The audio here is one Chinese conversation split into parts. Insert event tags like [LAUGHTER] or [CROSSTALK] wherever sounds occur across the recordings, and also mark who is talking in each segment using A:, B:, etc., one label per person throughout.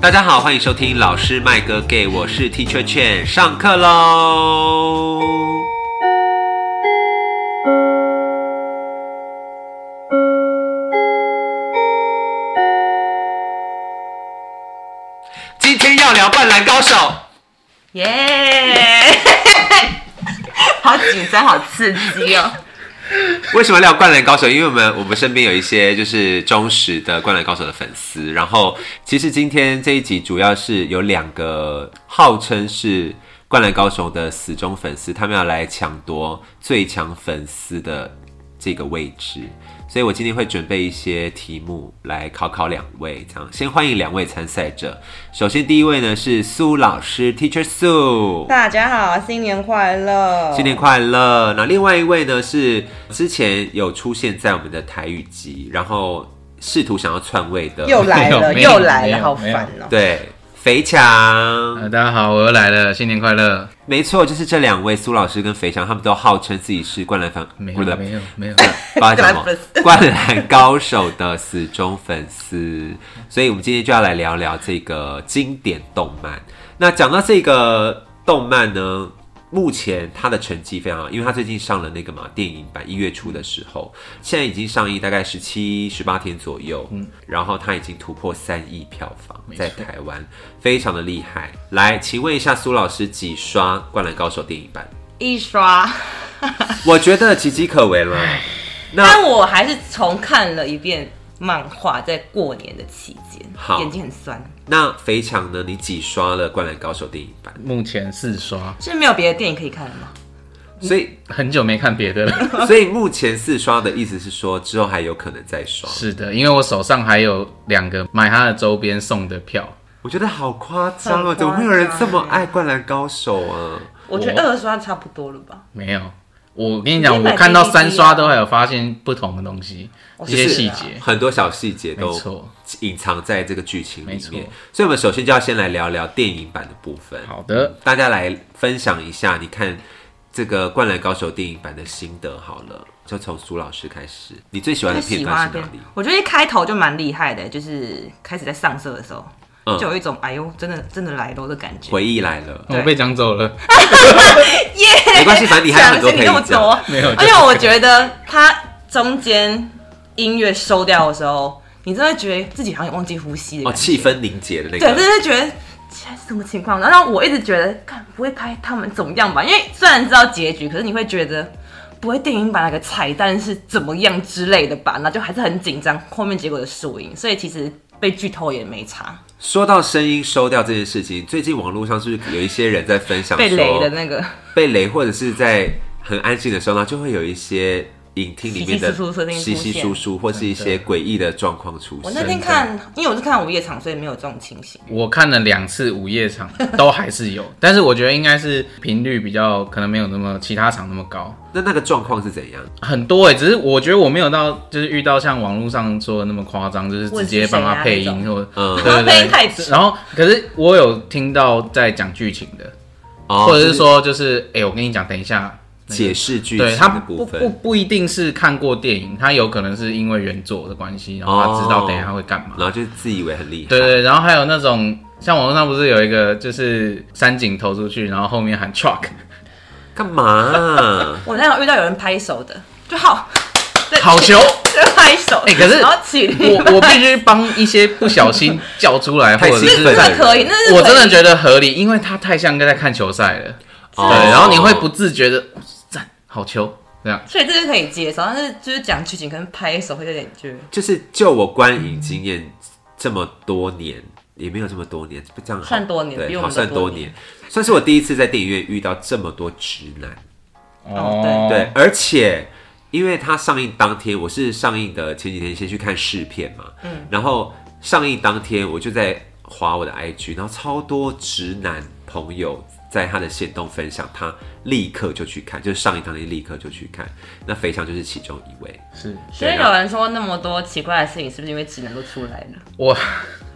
A: 大家好，欢迎收听老师麦哥给，我是 T 圈圈，上课喽。今天要聊《灌篮高手》，
B: 耶、 [LAUGHS] 好紧张，好刺激哦！
A: [LAUGHS] 为什么聊《灌篮高手》？因为我们我们身边有一些就是忠实的《灌篮高手》的粉丝，然后其实今天这一集主要是有两个号称是《灌篮高手》的死忠粉丝，他们要来抢夺最强粉丝的这个位置，所以我今天会准备一些题目来考考两位，这样先欢迎两位参赛者。首先第一位呢是苏老师，Teacher 苏，
C: 大家好，新年快乐！
A: 新年快乐！那另外一位呢是之前有出现在我们的台语集，然后试图想要篡位的，
C: 又来了，
D: 没有
C: 又来
D: 没有
C: 了，好烦哦、
A: 对肥强，
D: 呃，大家好，我又来了，新年快乐！
A: 没错，就是这两位苏老师跟肥强，他们都号称自己是灌篮方，
D: 没有，
A: 不是
D: 没有，没有，
A: 不知道 [LAUGHS] 讲什么
C: 灌篮
A: 灌篮高手的死忠粉丝，所以我们今天就要来聊聊这个经典动漫。那讲到这个动漫呢，目前它的成绩非常好，因为它最近上了那个嘛电影版，一月初的时候，现在已经上映大概十七、十八天左右，然后它已经突破三亿票房，
D: 错
A: 在台湾非常的厉害。来，请问一下苏老师，几刷《灌篮高手》电影版？
B: 一刷，
A: 我觉得岌岌可危了。那
B: 但我还是重看了一遍漫画，在过年的期间
A: 好，
B: 眼睛很酸，
A: 那肥强呢？你几刷了《灌篮高手》电影版？
D: 目前四刷，
B: 是没有别的电影可以看了吗？
A: 所以， [LAUGHS]
D: 很久没看别的了。 [LAUGHS]
A: 所以目前四刷的意思是说，之后还有可能再刷。
D: 是的，因为我手上还有两个买他的周边送的票，
A: 我觉得好夸张哦，
B: 很夸张
A: 怎么会有人这么爱《灌篮高手》啊？
B: 我觉得
D: 我
B: 二刷差不多了吧。
D: 没有。我跟你
B: 你
D: 讲，
B: 可以买
D: 我看到
B: DVD 啊
D: 三刷都还有发现不同的东西，
B: 哦
D: 一些
B: 是
D: 细
B: 啊
D: 节。
A: 很多小细节
D: 没
A: 都
D: 错，
A: 隐藏在这个剧情里
D: 没错
A: 面。所以，我们首先就要先来聊聊电影版的部分。
D: 好的，
A: 大家来分享一下，你看这个《灌篮高手》电影版的心得好了，就从苏老师开始。你最喜欢
B: 我
A: 的片
B: 喜欢
A: 段是
B: 那
A: 哪
B: 边
A: 里？，
B: 我觉得一开头就蛮厉害的，就是开始在上色的时候，
A: 嗯
B: 就有一种哎呦，真的真的来喽的感觉。
A: 回忆来了。
B: 对
D: 我被讲走了， [LAUGHS]
A: 没关系，反正你还有
B: 啊 [LAUGHS]
A: 很多可以
B: 那么
A: 讲。
B: 多，
D: 没有
B: 而且我觉得他中间音乐收掉的时候，你真的觉得自己好像忘记呼吸的
A: 哦，
B: 感觉
A: 气氛凝结的那
B: 对，
A: 个，
B: 真的觉得现在是什么情况？然后我一直觉得，看不会拍他们怎么样吧？因为虽然知道结局，可是你会觉得。不会电影版那个彩蛋是怎么样之类的吧？那就还是很紧张，后面结果的输赢，所以其实被剧透也没差。
A: 说到声音收掉这件事情，最近网络上是不是有一些人在分享
B: 被雷
A: 说
B: 的那个
A: 被雷，或者是在很安静的时候呢，就会有一些影厅里面的
B: 稀稀疏疏声音出
A: 稀
B: 现哦
A: 稀疏疏，或是一些诡异的状况出
B: 我
A: 现。
B: 那天看，因为我是看午夜场，所以没有这种情形。
D: 我看了两次午夜场，都还是有，但是我觉得应该是频率比较可能没有那么其他场那么高。
A: 那那个状况是怎样？
D: 很多哎、只是我觉得我没有到，就是遇到像网络上说的那么夸张，就是直接帮他配音或，
A: 嗯
D: 对对
B: 配音
D: 对
B: 太直
D: 然后，可是我有听到在讲剧情的，
A: 哦
D: 或者是说就是，哎、我跟你讲，等一下，那个
A: 解释剧
D: 对
A: 情
D: 他
A: 的部
D: 不不
A: 分，
D: 不一定是看过电影，他有可能是因为原作的关系，然后他知道等一下会干嘛。
A: 然后就自以为很厉害。
D: 对对，然后还有那种像网络上不是有一个就是山井投出去，然后后面喊 truck，
A: 干嘛啊？
B: 我那有遇到有人拍手的，就好，对
D: 好球！
B: 就拍手。
D: 哎可是
B: 然后起立
D: 我我必须帮一些不小心叫出
A: [LAUGHS]
D: 来，或
A: 太
D: 者
A: 兴
D: 是
A: 奋
B: 那
A: 了，
B: 可以， [LAUGHS] 那是
D: 我真的
B: 得
D: 觉得合理，因为他太像在看球赛了。
A: 哦
D: 对，然后你会不自觉的赞好球这样。，
B: 所以这是可以接受，但是就是讲剧情跟拍手会有点就
A: 就是就我观影经验这么多年，也没有这么多年，不这样好
B: 算多年比
A: 对，
B: 我
A: 好
B: 们
A: 算
B: 都多年
A: 年，算是我第一次在电影院遇到这么多直男。
B: 哦
A: 对，，而且因为它上映当天，我是上映的前几天先去看试片嘛，嗯，然后上映当天我就在划我的 IG，然后超多直男朋友在他的线动分享，他立刻就去看，就是上映当天立刻就去看，那肥强就是其中一位，
D: 是
B: 所以有人说那么多奇怪的事情，是不是因为直男都出来了？
D: 我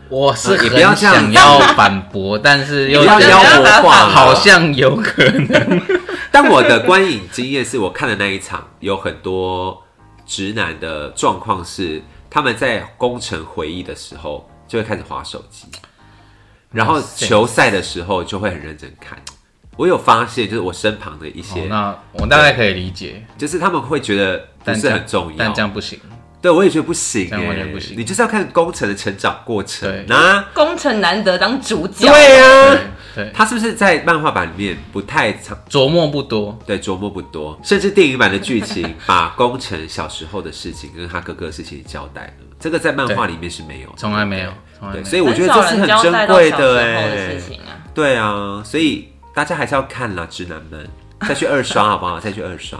D: 我是
A: 呃也不要
D: 很
A: 这样
D: 想要反驳，但
A: [LAUGHS]
D: 是又
A: 不要
B: 觉得
A: 妖魔化了，
D: 好像有可能。
A: 但我的观影经验是我看的那一场，有很多直男的状况是，他们在功成回忆的时候就会开始划手机，然后
D: 哇塞
A: 球赛的时候就会很认真看。我有发现，就是我身旁的一
D: 哦
A: 些，
D: 那我大概可以理解，
A: 就是他们会觉得不
D: 但
A: 是
D: 这样
A: 很重要，
D: 但这样不行。
A: 对我也觉得不行、
D: 这样完全
A: 欸
D: 不行
A: 你就是要看工程的成长过程
D: 对
A: 啊。
B: 工程难得当主角，
A: 对
D: 对
A: 啊，
D: 对，
A: 他是不是在漫画版里面不太常
D: 琢磨不多，
A: 对琢磨不多，甚至电影版的剧
B: [LAUGHS]
A: 情把工程小时候的事情跟他哥哥的事情交代了，这个在漫画里面是没有的，
D: 从来没有，从来
A: 对，
D: 没
A: 所
D: 有。
A: 以我觉得这是很
B: 少人交代
A: 珍
B: 到
A: 贵
B: 小时候
A: 的哎、
B: 的事情啊。
A: 对啊，所以大家还是要看啦，直男
B: [LAUGHS]
A: 们再去二刷好不好？再去二刷。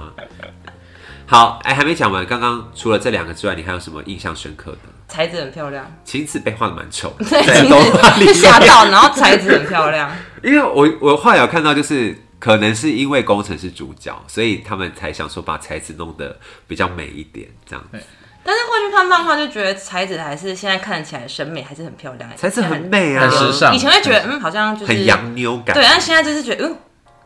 A: 好，哎，还没讲完，刚刚除了这两个之外，你还有什么印象深刻的？
B: 材质很漂
D: [LAUGHS]
B: 亮，
A: 晴子被画的蛮丑的，
B: 对，
A: 在动画里
B: 就 [LAUGHS] 吓
A: 面，
B: 到，然后材质很漂亮，
A: 因为我我后来有看到，就是可能是因为工程是主角，所以他们才想说把才子弄得比较美一点，这样。
B: 但是回去看漫画就觉得才子还是现在看起来审美还是很漂亮，
A: 才子很美啊，
D: 很时尚
B: 以前会觉得嗯好像就是
A: 很洋妞感。
B: 对，但现在就是觉得嗯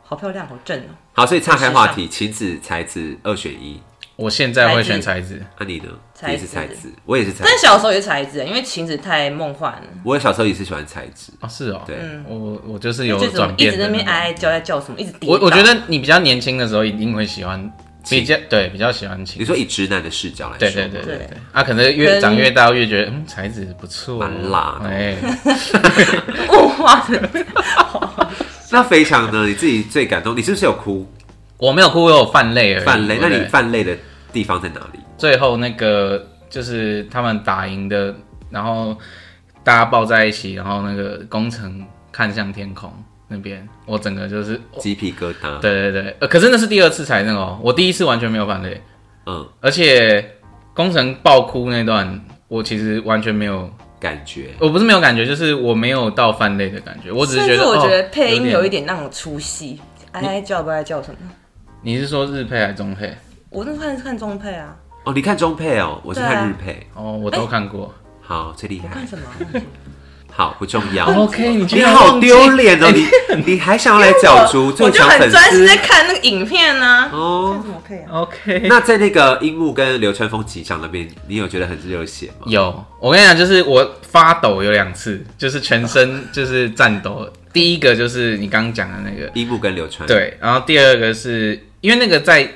B: 好漂亮，好正哦。
A: 好，所以岔开话题，晴子才子二选一，
D: 我现在会选才子，
A: 那、你呢？
B: 才
A: 你
B: 子
A: 是才子，我也是才
B: 但
A: 子。
B: 小时候也是才子，因为晴子太梦幻了，
A: 我小时候也是喜欢才子，
D: 哦，是哦，
A: 对
D: 嗯我我就是有
B: 就怎么
D: 转
B: 一
D: 变
B: 直
D: 的
B: 在那
D: 那
B: 边
D: 种。
B: 哀哀叫在叫什么，一直跌
D: 我我
B: 倒
D: 觉
B: [LAUGHS]
D: 得你比较年轻的时候一定会喜欢，比较对比较喜欢情
A: 你。说以直男的视角来说
D: 对
A: 吗，
D: 对对对
B: 对
D: 对，啊，可能
B: 跟
D: 越长越大越觉得，嗯，才子不错，
A: 蛮辣的
D: 哎，
B: 物化的
A: 那肥强呢？你自己最感动，你是不是有哭
D: 我没有哭，我有泛
B: [LAUGHS]
D: 泪而已。
A: 泛泪？那
D: 对不
A: 你
D: 对
A: 泛泪的地方在哪里？
D: 最后那个就是他们打赢的，然后大家抱在一起，然后那个工程看向天空那边，我整个就是， [LAUGHS]
A: 鸡皮疙瘩。，
D: 对对对，呃，可是那是第二次才那个、哦，我第一次完全没有反对，
A: 嗯，
D: 而且工程爆哭那段。我其实完全没有，
A: 感觉
D: 我不是没有感觉，就是我没有到泛泪的感觉，我只是
B: 甚
D: 觉
B: 至
D: 得，
B: 我觉得
D: 哦
B: 配音有
D: 有
B: 一点那种出戏，哀哀叫不哀叫什么。
D: 你是说日配还是中配？
B: 我那时候看是看中配啊，
A: 哦。你看中配哦，我是看日配。
D: 哦，我都看过。
A: 好，最厉
B: 我
A: 害
B: 看。什么啊？
A: 好，不重要。
D: OK，你居
A: 哎你
D: 然
A: 好
D: 忘记
A: 丢脸
D: [LAUGHS]
A: 哦！你你还想要来角逐
B: 我
A: 最
B: 就
A: 强
B: 很
A: 粉
B: 专心
A: 丝
B: 在看那个影片呢。
A: 哦？
C: 什么配啊？
D: OK。
A: 那在那个樱木跟流川枫击掌那边，你有觉得很热血吗？
D: 有，我跟你讲，就是我发抖有两次，就是全身 [LAUGHS] 就是颤抖。第一个就是你刚刚讲的那个，
A: 樱木跟流川，，
D: 对，然后第二个是因为那个在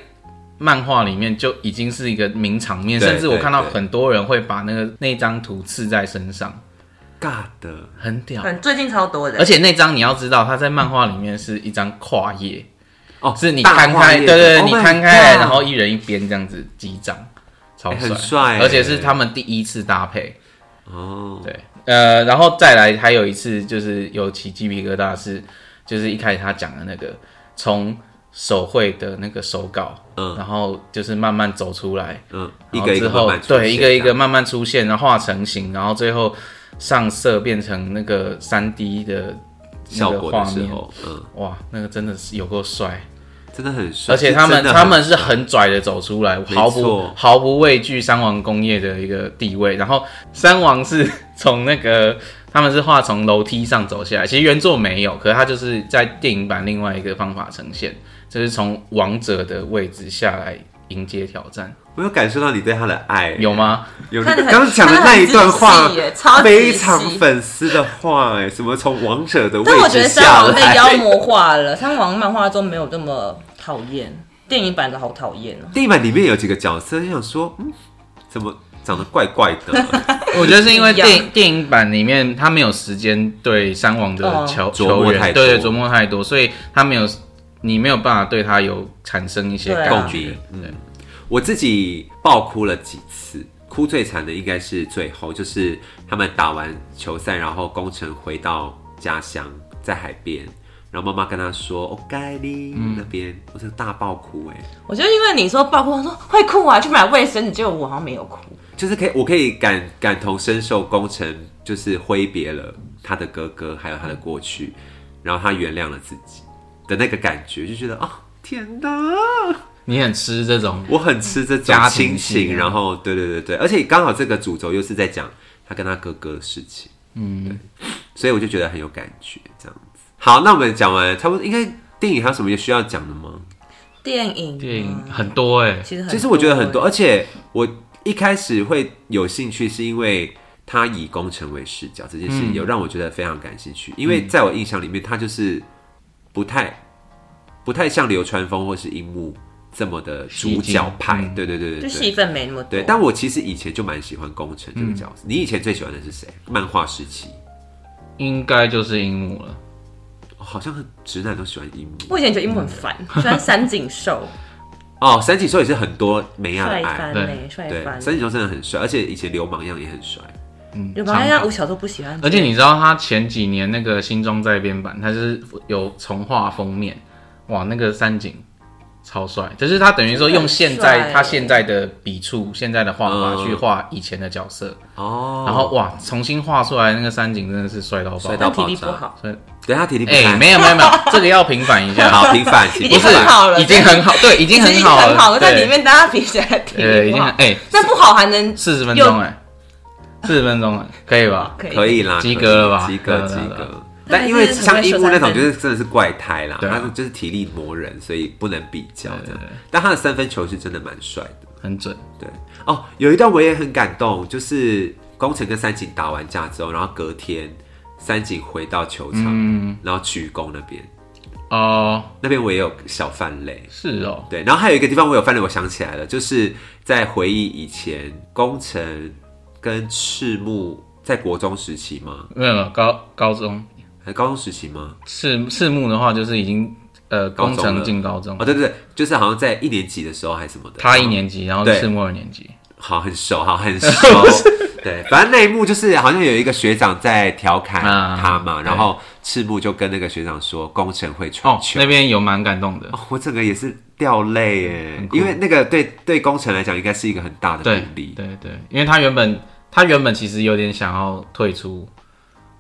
D: 漫画里面就已经是一个名场面，
A: 对
D: 甚至我看到
A: 对对
D: 很多人会把那个那张图刺在身上，
A: 尬的
D: 很屌。
B: 很嗯最近超多的，
D: 而且那张你要知道，它在漫画里面是一张跨页，
A: 哦，
D: 是你
A: 大
D: 摊
A: 画
D: 开，
A: 面
D: 对
A: 的
D: 对对，
A: Oh
D: 你
A: my
D: 摊开来，
A: God
D: 然后一人一边这样子击掌，超
A: 哎
D: 帅，
A: 很帅
D: 而且是他们第一次搭配。
A: 哦，
D: 对，呃，然后再来还有一次就是有起鸡皮疙瘩是，就是一开始他讲的那个从手绘的那个手稿，
A: 嗯
D: 然后就是慢慢走出来，
A: 嗯，一
D: 然后
A: 个一
D: 之
A: 个
D: 后
A: 慢慢出
D: 对
A: 现
D: 一个一
A: 这
D: 个
A: 样
D: 慢慢出现，然后画成型，然后最后上色变成那个三 D 的那
A: 效
D: 个
A: 果
D: 画
A: 的时
D: 面，
A: 候，嗯，
D: 哇，那个真的是有够帅，
A: 真的很帅，
D: 而且他
A: 是
D: 们
A: 真的
D: 他
A: 很
D: 们是很拽的走出来，毫不
A: 错
D: 毫不畏惧三王工业的一个地位。然后三王是 [LAUGHS] 从那个他们是画从楼梯上走下来，其实原作没有，可是他就是在电影版另外一个方法呈现，就是从王者的位置下来迎接挑战，
A: 我有感受到你对他的爱，
D: 有
B: [LAUGHS]
D: 吗？
A: 有那
B: 看得
A: 个
B: 很
A: 刚刚讲的那一段
B: 看得
A: 话
B: 很仔细耶超，级
A: 非常粉丝的话，哎，什么从王者的
B: 但我
A: 位
B: 觉
A: 置
B: 得三
A: 下
B: 王被妖
A: 来，
B: 魔化了， [LAUGHS] 三王漫画中没有这么讨厌，电影版的好讨厌哦。
A: 地板里面有几个角色，就想说，嗯，怎么长得怪怪
B: [LAUGHS]
A: 的，
D: 我觉得是因为
B: 不一样
D: 电电影版里面他没有时间对三王的
B: 哦
D: 球
A: 琢磨
D: 球员
A: 太多
D: 对对琢磨太多，所以他没有你没有办法对他有产生一些
B: 对啊
D: 感
A: 共
D: 觉
A: 鸣。。嗯，我自己爆哭了几次。哭最惨的应该是最后，就是他们打完球赛，然后工程回到家乡，在海边，然后妈妈跟他说：“我该你
B: 嗯
A: 那边。”我真的大爆哭哎、
B: 我觉得因为你说爆哭，我说会哭啊，去买卫生纸，结果我好像没有哭。
A: 就是可以，我可以感感同身受，工程就是挥别了他的哥哥，还有他的过去，然后他原谅了自己的那个感觉，就觉得啊、天哪，
D: 你很吃这种
A: 我很吃这种
D: 家
A: 亲
D: 庭戏
A: 情。
D: 啊
A: 然后，对对对对，而且刚好这个主轴又是在讲他跟他哥哥的事情，嗯，所以我就觉得很有感觉，这样子。好，那我们讲完，差不多应该电影还有什么需要讲的吗？
B: 电影，啊
D: 电影很多哎、
B: 其实很
A: 其实我觉得很多，
B: 欸
A: 而且我一开始会有兴趣，是因为他以工程为视角这件事，
D: 嗯
A: 有让我觉得非常感兴趣，因为在我印象里面，他就是不太不太像流川枫或是樱木这么的主角派，
D: 戏精嗯
A: 对对对对对，
B: 就戏份没那么多。
A: 对，但我其实以前就蛮喜欢工程这个角色。你以前最喜欢的是谁？漫画时期，
D: 应该就是樱木了。
A: 哦好像很直男都喜欢樱木
B: 我以前觉得樱木很烦，喜欢三井寿，
A: 哦。三井寿也是很多美亚的
B: 帅
A: 爱，
B: 翻嘞，帅
A: 对，
B: 翻。
A: 三井寿真的很帅，而且以前流氓样也很帅。
D: 嗯，
B: 有吧？像
D: 长
B: 我小时候不喜欢，
D: 而且你知道他前几年那个新装在编版，他是有重画封面，哇，那个山景超帅，就是他等于说用现
B: 真的很
D: 在
B: 帅
D: 他现在的笔触、现在的画
A: 嗯
D: 法去画以前的角色，
A: 哦，
B: 嗯
D: 然后哇，重新画出来那个山景真的是帅到爆，
A: 帅到
B: 但体力不
A: 到爆
B: 好，
A: 对他体力不
D: 哎、
A: 太
D: 没有没有没
B: [LAUGHS]
D: 有，这个要平反一下，
A: 好，平 [LAUGHS] 反，
B: 已
A: 不
B: 经
A: 是
B: 很好了
D: 已经很好，对，已
B: 其
D: 经
B: 实已
D: 很
B: 经
D: 好
B: 很好
D: 了，
B: 在
D: 对
B: 里，面大家比起来体
D: 对，
B: 力
D: 已
B: 不
D: 经很
B: 好，
D: 哎，
B: 那不好还能
D: 四十分
B: 又
D: 钟哎，四十分钟了，可以吧？
B: 可
A: 可以啦，
D: 及格了吧
A: 可以及格
D: 对
A: 及
D: 对对
A: 格。但因为像樱木那种，就是真的是怪胎啦，
D: 对啊
A: 他就是体力磨人，所以不能比较这样
D: 对对啊对。
A: 但他的三分球是真的蛮帅的。
D: 很准，
A: 对哦，有一段我也很感动，就是宫城跟三井打完架之后，然后隔天三井回到球场，
D: 嗯，
A: 然后鞠躬那边，
D: 哦，
A: 那边我也有小泛泪。
D: 是哦，
A: 对，然后还有一个地方我有翻了，我想起来了，就是在回忆以前宫城跟赤木在国中时期吗？
D: 没有没有高高中。
A: 还高中时期吗？
D: 赤赤木的话，就是已经呃
A: 高中
D: 工
A: 了
D: 程进高中
A: 哦，，对对对，就是好像在一年级的时候还是什么的。
D: 他一年级，然后
A: 对
D: 赤木二年级，
A: 好很熟，好
D: [LAUGHS]
A: 很熟。对，反正那一幕就是好像有一个学长在调侃
D: 啊
A: 他嘛，
D: 对
A: 然后赤木就跟那个学长说工程会传
D: 哦，
A: 球。
D: 那边有蛮感动的，
A: 哦我整个也是掉泪耶
D: 很，酷
A: 因为那个对对工程来讲应该是一个很大的
D: 对
A: 鼓励。
D: 对对，因为他原本他原本其实有点想要退出，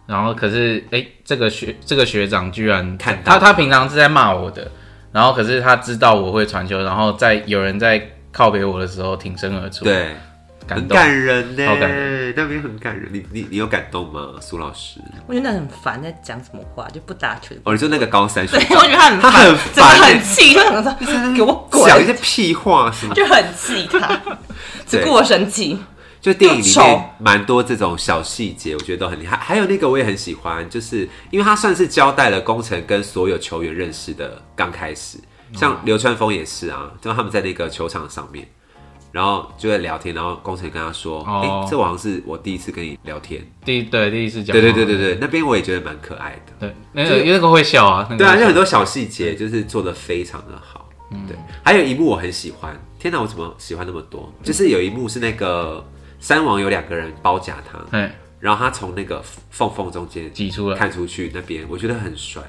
D: 然后可是哎、这个学这个学长居然
A: 看到
D: 他他平常是在骂我的，然后可是他知道我会传球，然后在有人在靠北我的时候挺身而出，，
A: 对，
D: 感
A: 很
D: 动，啊
A: 感人呢，
D: 超感
A: 那边很感人。你你你有感动吗，苏老师？
B: 我觉得那很烦，在讲什么话就不打拳。
A: 哦，你说那个高三学
B: [LAUGHS] 对，
A: 长
B: 我觉得他很
A: 他很
B: 真的
A: 烦
B: 很
A: 耶，
B: 气，就想说给我
A: 讲一
B: 滚，
A: 些屁话是
B: [LAUGHS]
A: 吗？
B: 就很
A: [LAUGHS]
B: 气他，只顾我生气。
A: 就电影里
B: 又丑
A: 面蛮多这种小细节，我觉得都很厉害。还有那个我也很喜欢，就是因为他算是交代了工程跟所有球员认识的刚开始，
D: 嗯
A: 像流川枫也是啊，就他们在那个球场上面，然后就在聊天，然后工程跟他说：“哎、
D: 哦
A: 这好像是我第一次跟你聊天。
D: 第对第一次”讲，
A: 对对对对对，那边我也觉得蛮可爱的。
D: 对，那个那个会笑啊，那个
A: 对啊，
D: 会
A: 就
D: 笑
A: 很多小细节就是做的非常的好。
D: 嗯
A: 对，还有一幕我很喜欢，天哪，我怎么喜欢那么多？
D: 嗯
A: 就是有一幕是那个三王有两个人包夹他，
D: 哎
A: 然后他从那个缝缝中间
D: 挤出来，
A: 看出去那边，我觉得很帅，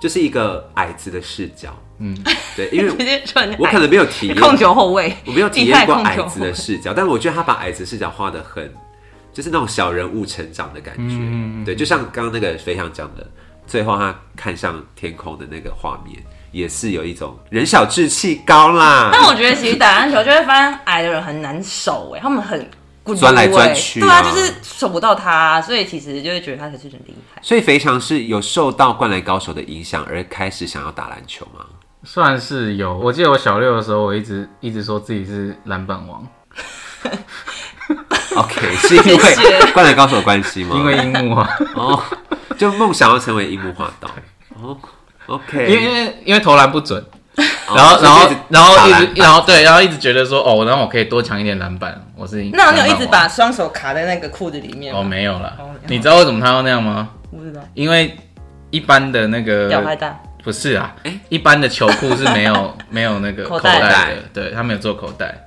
A: 就是一个矮子的视角。
D: 嗯，
A: 对，因
B: [LAUGHS] 直
A: 为
B: 接说你哎
A: 我可能没有体验，
B: 控球后卫，
A: 我没有体验过
B: 你太
A: 矮
B: 控
A: 子
B: 球
A: 的视角，但我觉得他把矮子视角画的很，就是那种小人物成长的感觉。
D: 嗯
A: 对，就像刚刚那个肥翔讲的，最后他看向天空的那个画面，也是有一种人小志气高啦。
B: 但我觉得其实打篮球就会发现矮的人很难守哎、他们很孤独
A: 钻来
B: 欸
A: 钻去
B: 对啊，
A: 啊
B: 就是守不到他啊、所以其实就会觉得他才是很厉害。
A: 所以肥翔是有受到《灌篮高手》的影响而开始想要打篮球吗？
D: 算是有，我记得我小六的时候，我一直一直说自己是篮板王，
A: OK，是因
D: [LAUGHS]
A: 为
B: 谢谢
A: 《灌篮高手》的关系吗？
D: 因为樱木
A: [LAUGHS]
D: 啊，
A: 哦，就梦想要成为樱木花道。哦，OK，
D: 因为因为因为投篮不准，
A: 哦
D: 然后然后
A: 就是
D: 然后一
A: 打篮
D: 直然后对，然后一直觉得说哦，然后我可以多抢一点篮板，我是
B: 那你
D: 篮
B: 有
D: 板
B: 一直
D: 王
B: 把双手卡在那个裤子里面
D: 哦
B: 吗？
D: 没有啦
B: 哦，
D: 你知道为什么他要那样吗？
B: 我不知道，
D: 因为一般的那
B: 脚太
D: 个
B: 大，
D: 不是啊
A: 诶，
D: 一般的球裤是没有没有那个
B: 口
D: 口
B: 袋
D: 袋的，对他没有做口袋，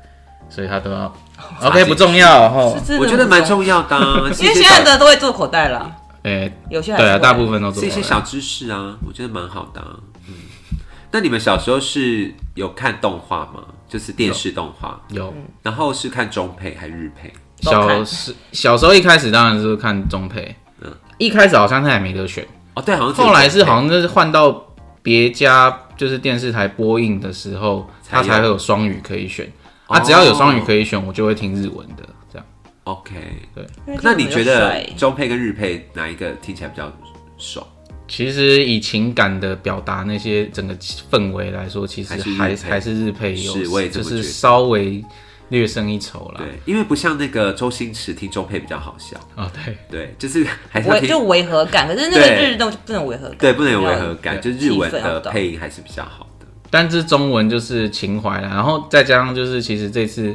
D: 所以他都要
A: 插进
D: OK
A: 去
D: 不重要哦，
B: 是
A: 呃我觉得蛮，重要的
D: [LAUGHS]
A: 啊、是一
B: 因为
A: 些
B: 现
A: 小
B: 在的都会做口袋了，
D: 诶
B: 有些还是
D: 对啊，
B: 会
D: 大部分都做
A: 是一些
D: 口袋
A: 小知识啊，我觉得蛮好的、啊。嗯，那你们小时候是有看动画吗？就是电视动画，
D: 有。
A: 然后是看中配还是日配？
B: 都看
D: 小时小时候一开始当然是看中配，
A: 嗯
D: 嗯，一开始好像他也没得选，
A: 哦，对，好像只有
D: 后来
A: 中
D: 是
A: 配
D: 好像就是换到别家就是电视台播映的时候，
A: 才有
D: 它才会有双语可以选。
A: 哦
D: 啊，只要有双语可以选，我就会听日文的这样。
A: OK。
B: 因为
A: 那你觉得
B: 这种比较帅
A: 中配跟日配哪一个听起来比较爽？
D: 其实以情感的表达那些整个氛围来说，其实
A: 还是日
D: 还
A: 配
D: 还是日配有，
A: 是我也这
D: 就
A: 么觉得
D: 是稍微略胜一筹啦。
A: 对，因为不像那个周星驰听钟配比较好笑，
D: 哦，对，
A: 对，就是还是要
B: 我
A: 听
B: 就违和感，可是那个
A: 哎对
B: 日都不能违和感，
A: 对，不能有违和感，就
B: 对
A: 是日文
B: 气氛要
A: 的
B: 到
A: 配音还是比较好的。
D: 但是中文就是情怀啦，然后再加上就是其实这次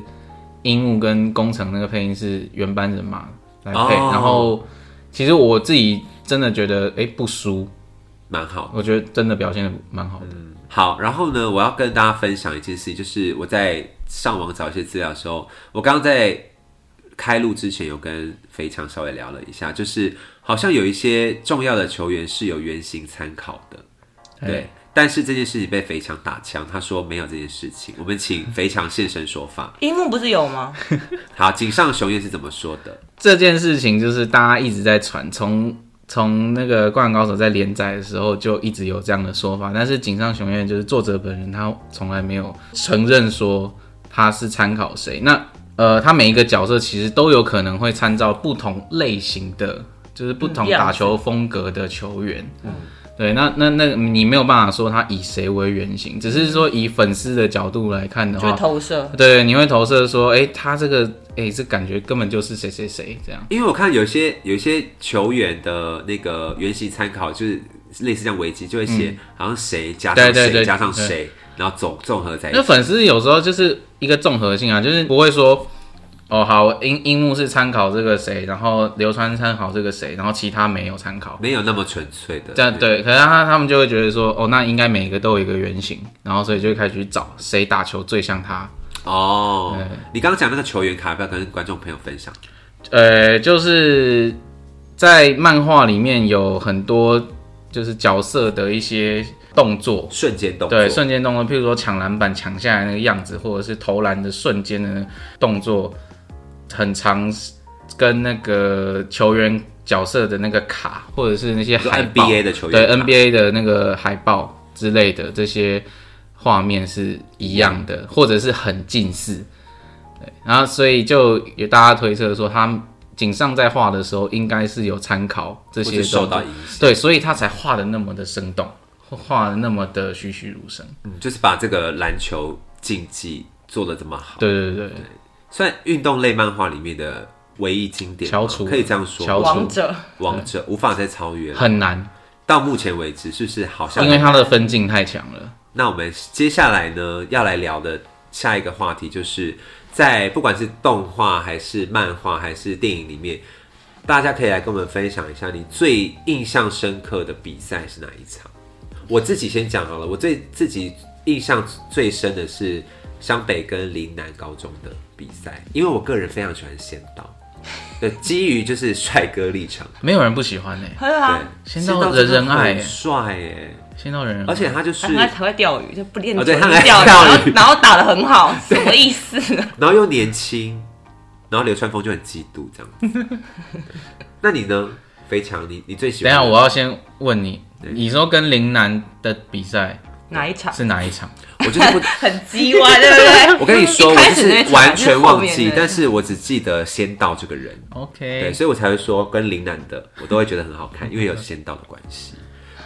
D: 鹦鹉跟工程那个配音是原班人马来配，
A: 哦
D: 然后其实我自己真的觉得哎、诶不输，
A: 蛮好。
D: 我觉得真的表现的蛮好的。
A: 好，然后呢，我要跟大家分享一件事情，就是我在上网找一些资料的时候，我刚刚在开录之前有跟肥强稍微聊了一下，就是好像有一些重要的球员是有原型参考的，对
D: 对。
A: 但是这件事情被肥强打枪，他说没有这件事情。我们请肥强现身说法。
B: 樱木不是有吗？
A: 好，井上雄彦是怎么说的？
D: 这件事情就是大家一直在传，从从那个《灌篮高手》在连载的时候就一直有这样的说法，但是井上雄彦就是作者本人，他从来没有承认说他是参考谁。那呃，他每一个角色其实都有可能会参照不同类型的，就是不同
B: 嗯样子
D: 打球风格的球员。嗯，对，那那那你没有办法说他以谁为原型，只是说以粉丝的角度来看的
A: 啊
B: 就是
D: 话，
B: 投射，
D: 对，你会投射说，哎、他这个，哎、这感觉根本就是谁谁谁这样。
A: 因为我看有些有一些球员的那个原型参考，就是类似这样危机，就会写好像谁加上
D: 嗯对对
A: 谁
D: 对
A: 加上谁，然后总综合在一
D: 那
A: 起。
D: 粉丝有时候就是一个综合性啊，就是不会说，哦，好，樱樱木是参考这个谁，然后流川参考这个谁，然后其他没有参考。
A: 没有那么纯粹的，
D: 这样对，可是他他们就会觉得说，哦，那应该每个都有一个原型，然后所以就会开始去找谁打球最像他。
A: 哦
D: 对。
A: 你刚刚讲那个球员卡，要不要跟观众朋友分享？
D: 呃，就是在漫画里面有很多就是角色的一些动作，
A: 瞬间动作，
D: 对，瞬间动作，譬如说抢篮板抢下来那个样子，或者是投篮的瞬间的那个动作，很长，跟那个球员角色的那个卡，或者是那些
A: 你说
D: 海报
A: NBA 的球员
D: 对
A: 卡
D: NBA 的那个海报之类的这些画面是一样的，或者是很近似。对，然后所以就有大家推测说，他井上在画的时候应该是有参考这
A: 或
D: 些
A: 是受
D: 动作
A: 到影响，
D: 对，所以他才画的那么的生动，画的那么的栩栩如生。
A: 嗯就是把这个篮球竞技做的这么好，
D: 对对对对，
A: 算运动类漫画里面的唯一经典吗，
D: 翘楚
A: 可以这样说，
D: 翘投射
B: 王者
A: 王者无法再超越了。
D: 很难，
A: 到目前为止，是不是好像
D: 因为他的分镜太强了。
A: 那我们接下来呢，要来聊的下一个话题，就是在不管是动画还是漫画还是电影里面，大家可以来跟我们分享一下你最印象深刻的比赛是哪一场。我自己先讲好了，我最自己印象最深的是湘北跟林南高中的比赛，因为我个人非常喜欢仙道，对，基于就是帅哥立场，
D: 没有人不喜欢欸呢、
B: 很
A: 对
B: 好，，
D: 仙
A: 仙
D: 道
A: 真的
D: 人人爱嗯
A: 很帅耶，
D: 仙道人人，
A: 而且他就是
B: 他还会钓鱼，就不练
A: 哦
B: 球
A: 对
B: 就
A: 他还
B: 钓鱼，
A: 钓
B: 然后
A: 鱼
B: 然后打的很好，什么意思？ [LAUGHS]
A: 然后又年轻，然后流川枫就很嫉妒这样子。那你呢，肥强？你你最喜
D: 等一
A: 欢？
D: 下我要先问你，你说跟陵南的比赛
B: 哪一场？
D: 是哪一场？
A: 我就是不，
B: 很鸡歪，对不对？
A: [LAUGHS] 我跟你说，
B: [LAUGHS] 一
A: 我
B: 开
A: 就
B: 始那
A: 是
B: 场
A: 完全忘
B: 就是后面
A: 记
B: 的，
A: 但是我只记得仙道这个人，对，
D: OK，
A: 所以我才会说跟林南的，我都会觉得很好看，因为有仙道的关系，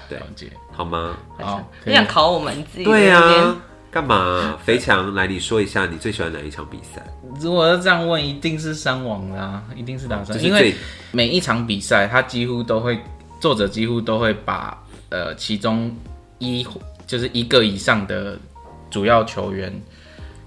A: 对
D: 了解。
A: 好吗？
D: 好，可
B: 你
D: 以
B: 想考我们自己？
A: 对
B: 呀、
A: 啊，干嘛？肥强，来你说一下你最喜欢哪一场比赛？
D: 如果要这样问，一定是三王啦，一定是打三
A: 就
D: 王，
A: 是
D: 呃因为
A: 最
D: 每一场比赛，他几乎都会，作者几乎都会把呃其中一或就是一个以上的主要球员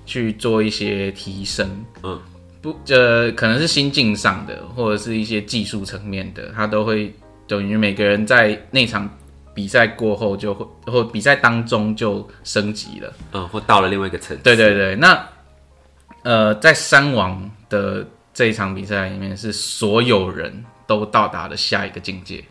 D: 去做一些提升，
A: 嗯，
D: 不呃可能是心境上的，或者是一些技术层面的，他都会等于每个人在那场比赛过后就会或比赛当中就升级了。
A: 嗯，或到了另外一个层次，
D: 对对对，那呃，在山王的这一场比赛里面，是所有人都到达了下一个境界。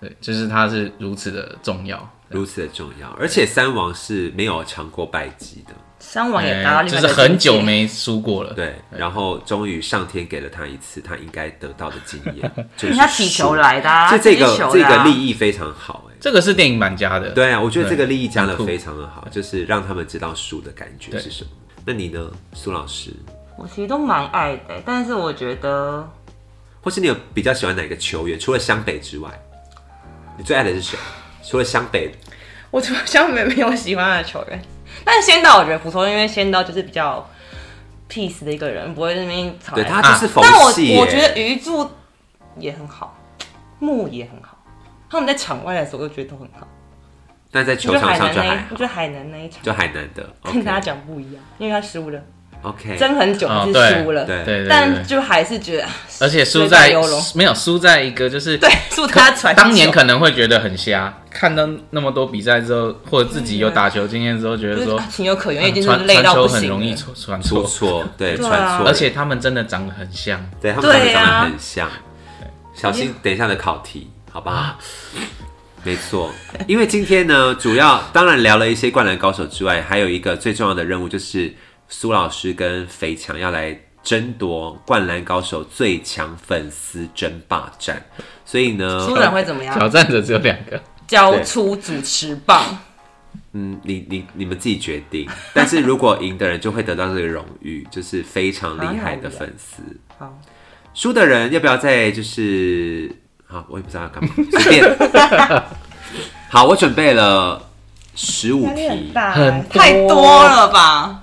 D: 对，就是它是如此的重要，
A: 如此的重要，而且三王是没有尝过败绩的。
B: 伤亡也达到
D: 哎
B: 另
D: 就
B: 外一
D: 是
B: 个
D: 很久
B: 境界
D: 没输过了。
A: 对，然后终于上天给了他一次他应该得到的经
B: [LAUGHS]
A: 验，就是
B: 人家起球
A: 输，
B: 来的、啊，
A: 就这个
B: 自己球
A: 这
B: 的啊
A: 个利益非常好哎。
D: 这个是电影版加的。
A: 对啊，我觉得
D: 对
A: 这个利益加的
D: 很酷
A: 非常的好，就是让他们知道输的感觉
D: 对
A: 是什么。那你呢，苏老师，
B: 我其实都蛮爱的、但是我觉得
A: 或是你有比较喜欢哪个球员？除了湘北之外，你最爱的是谁？除了湘北，
B: 我好像没没有喜欢的球员，但是仙道我觉得不错，因为仙道就是比较 peace 的一个人，不会在那边吵来
A: 对
B: 吵去。
A: 他就是佛
B: 啊但我
A: 系耶、
B: 我觉得鱼柱也很好，木也很好，他们在场外的时候我都觉得都很好。
A: 但在
B: 我
A: 球
B: 觉得
A: 场
B: 海
A: 上
B: 南
A: 就
B: 那
A: 还
B: 一，
A: 好
B: 我觉得海南那一场
A: 就海南
B: [LAUGHS]
A: 的
B: 跟大家
A: OK
B: 讲不一样，因为他输了， [LAUGHS]
A: OK
B: 争很久还是
D: 哦对
B: 输了，
A: 对
D: 对对对
B: 但，就还是觉得，啊
D: 而且输
B: 水
D: 在
B: 到游龙
D: 没有输在一个就是
B: 对，祝
D: 可
B: 他传球。
D: 当年可能会觉得很瞎，看到那么多比赛之后，或者自己有打球经验之后，觉
B: 嗯就
D: 得
B: 是
D: 说
B: 啊情有可原，因为已经是
D: 传
B: 累
D: 传
B: 到
D: 球
B: 不
D: 很
B: 行
D: 容易
B: 了。
D: 出传
A: 出
D: 错，
A: 错，对
B: 对啊
A: 传错，
D: 而且他们真的长得很像。
A: 对他们长得
B: 对
A: 长
B: 啊
A: 得很像。小心等一下的考题，好不好？没错，因为今天呢，主要当然聊了一些《灌篮高手》之外，还有一个最重要的任务就是苏老师跟肥强要来争夺《灌篮高手》最强粉丝争霸战，所以呢，呃
B: 输人会怎么样？
D: 挑战者只有两个，
B: 交出主持棒，
A: 嗯，你你你们自己决定。但是如果赢的人就会得到这个荣誉，就是非常厉害的粉丝。
B: 好好，
A: 输的人要不要再就是好，我也不知道要干嘛，随便。
D: [LAUGHS]
A: 好，我准备了十五
C: 压力很
A: 题，
C: 大欸，
D: 很
B: 太多了吧？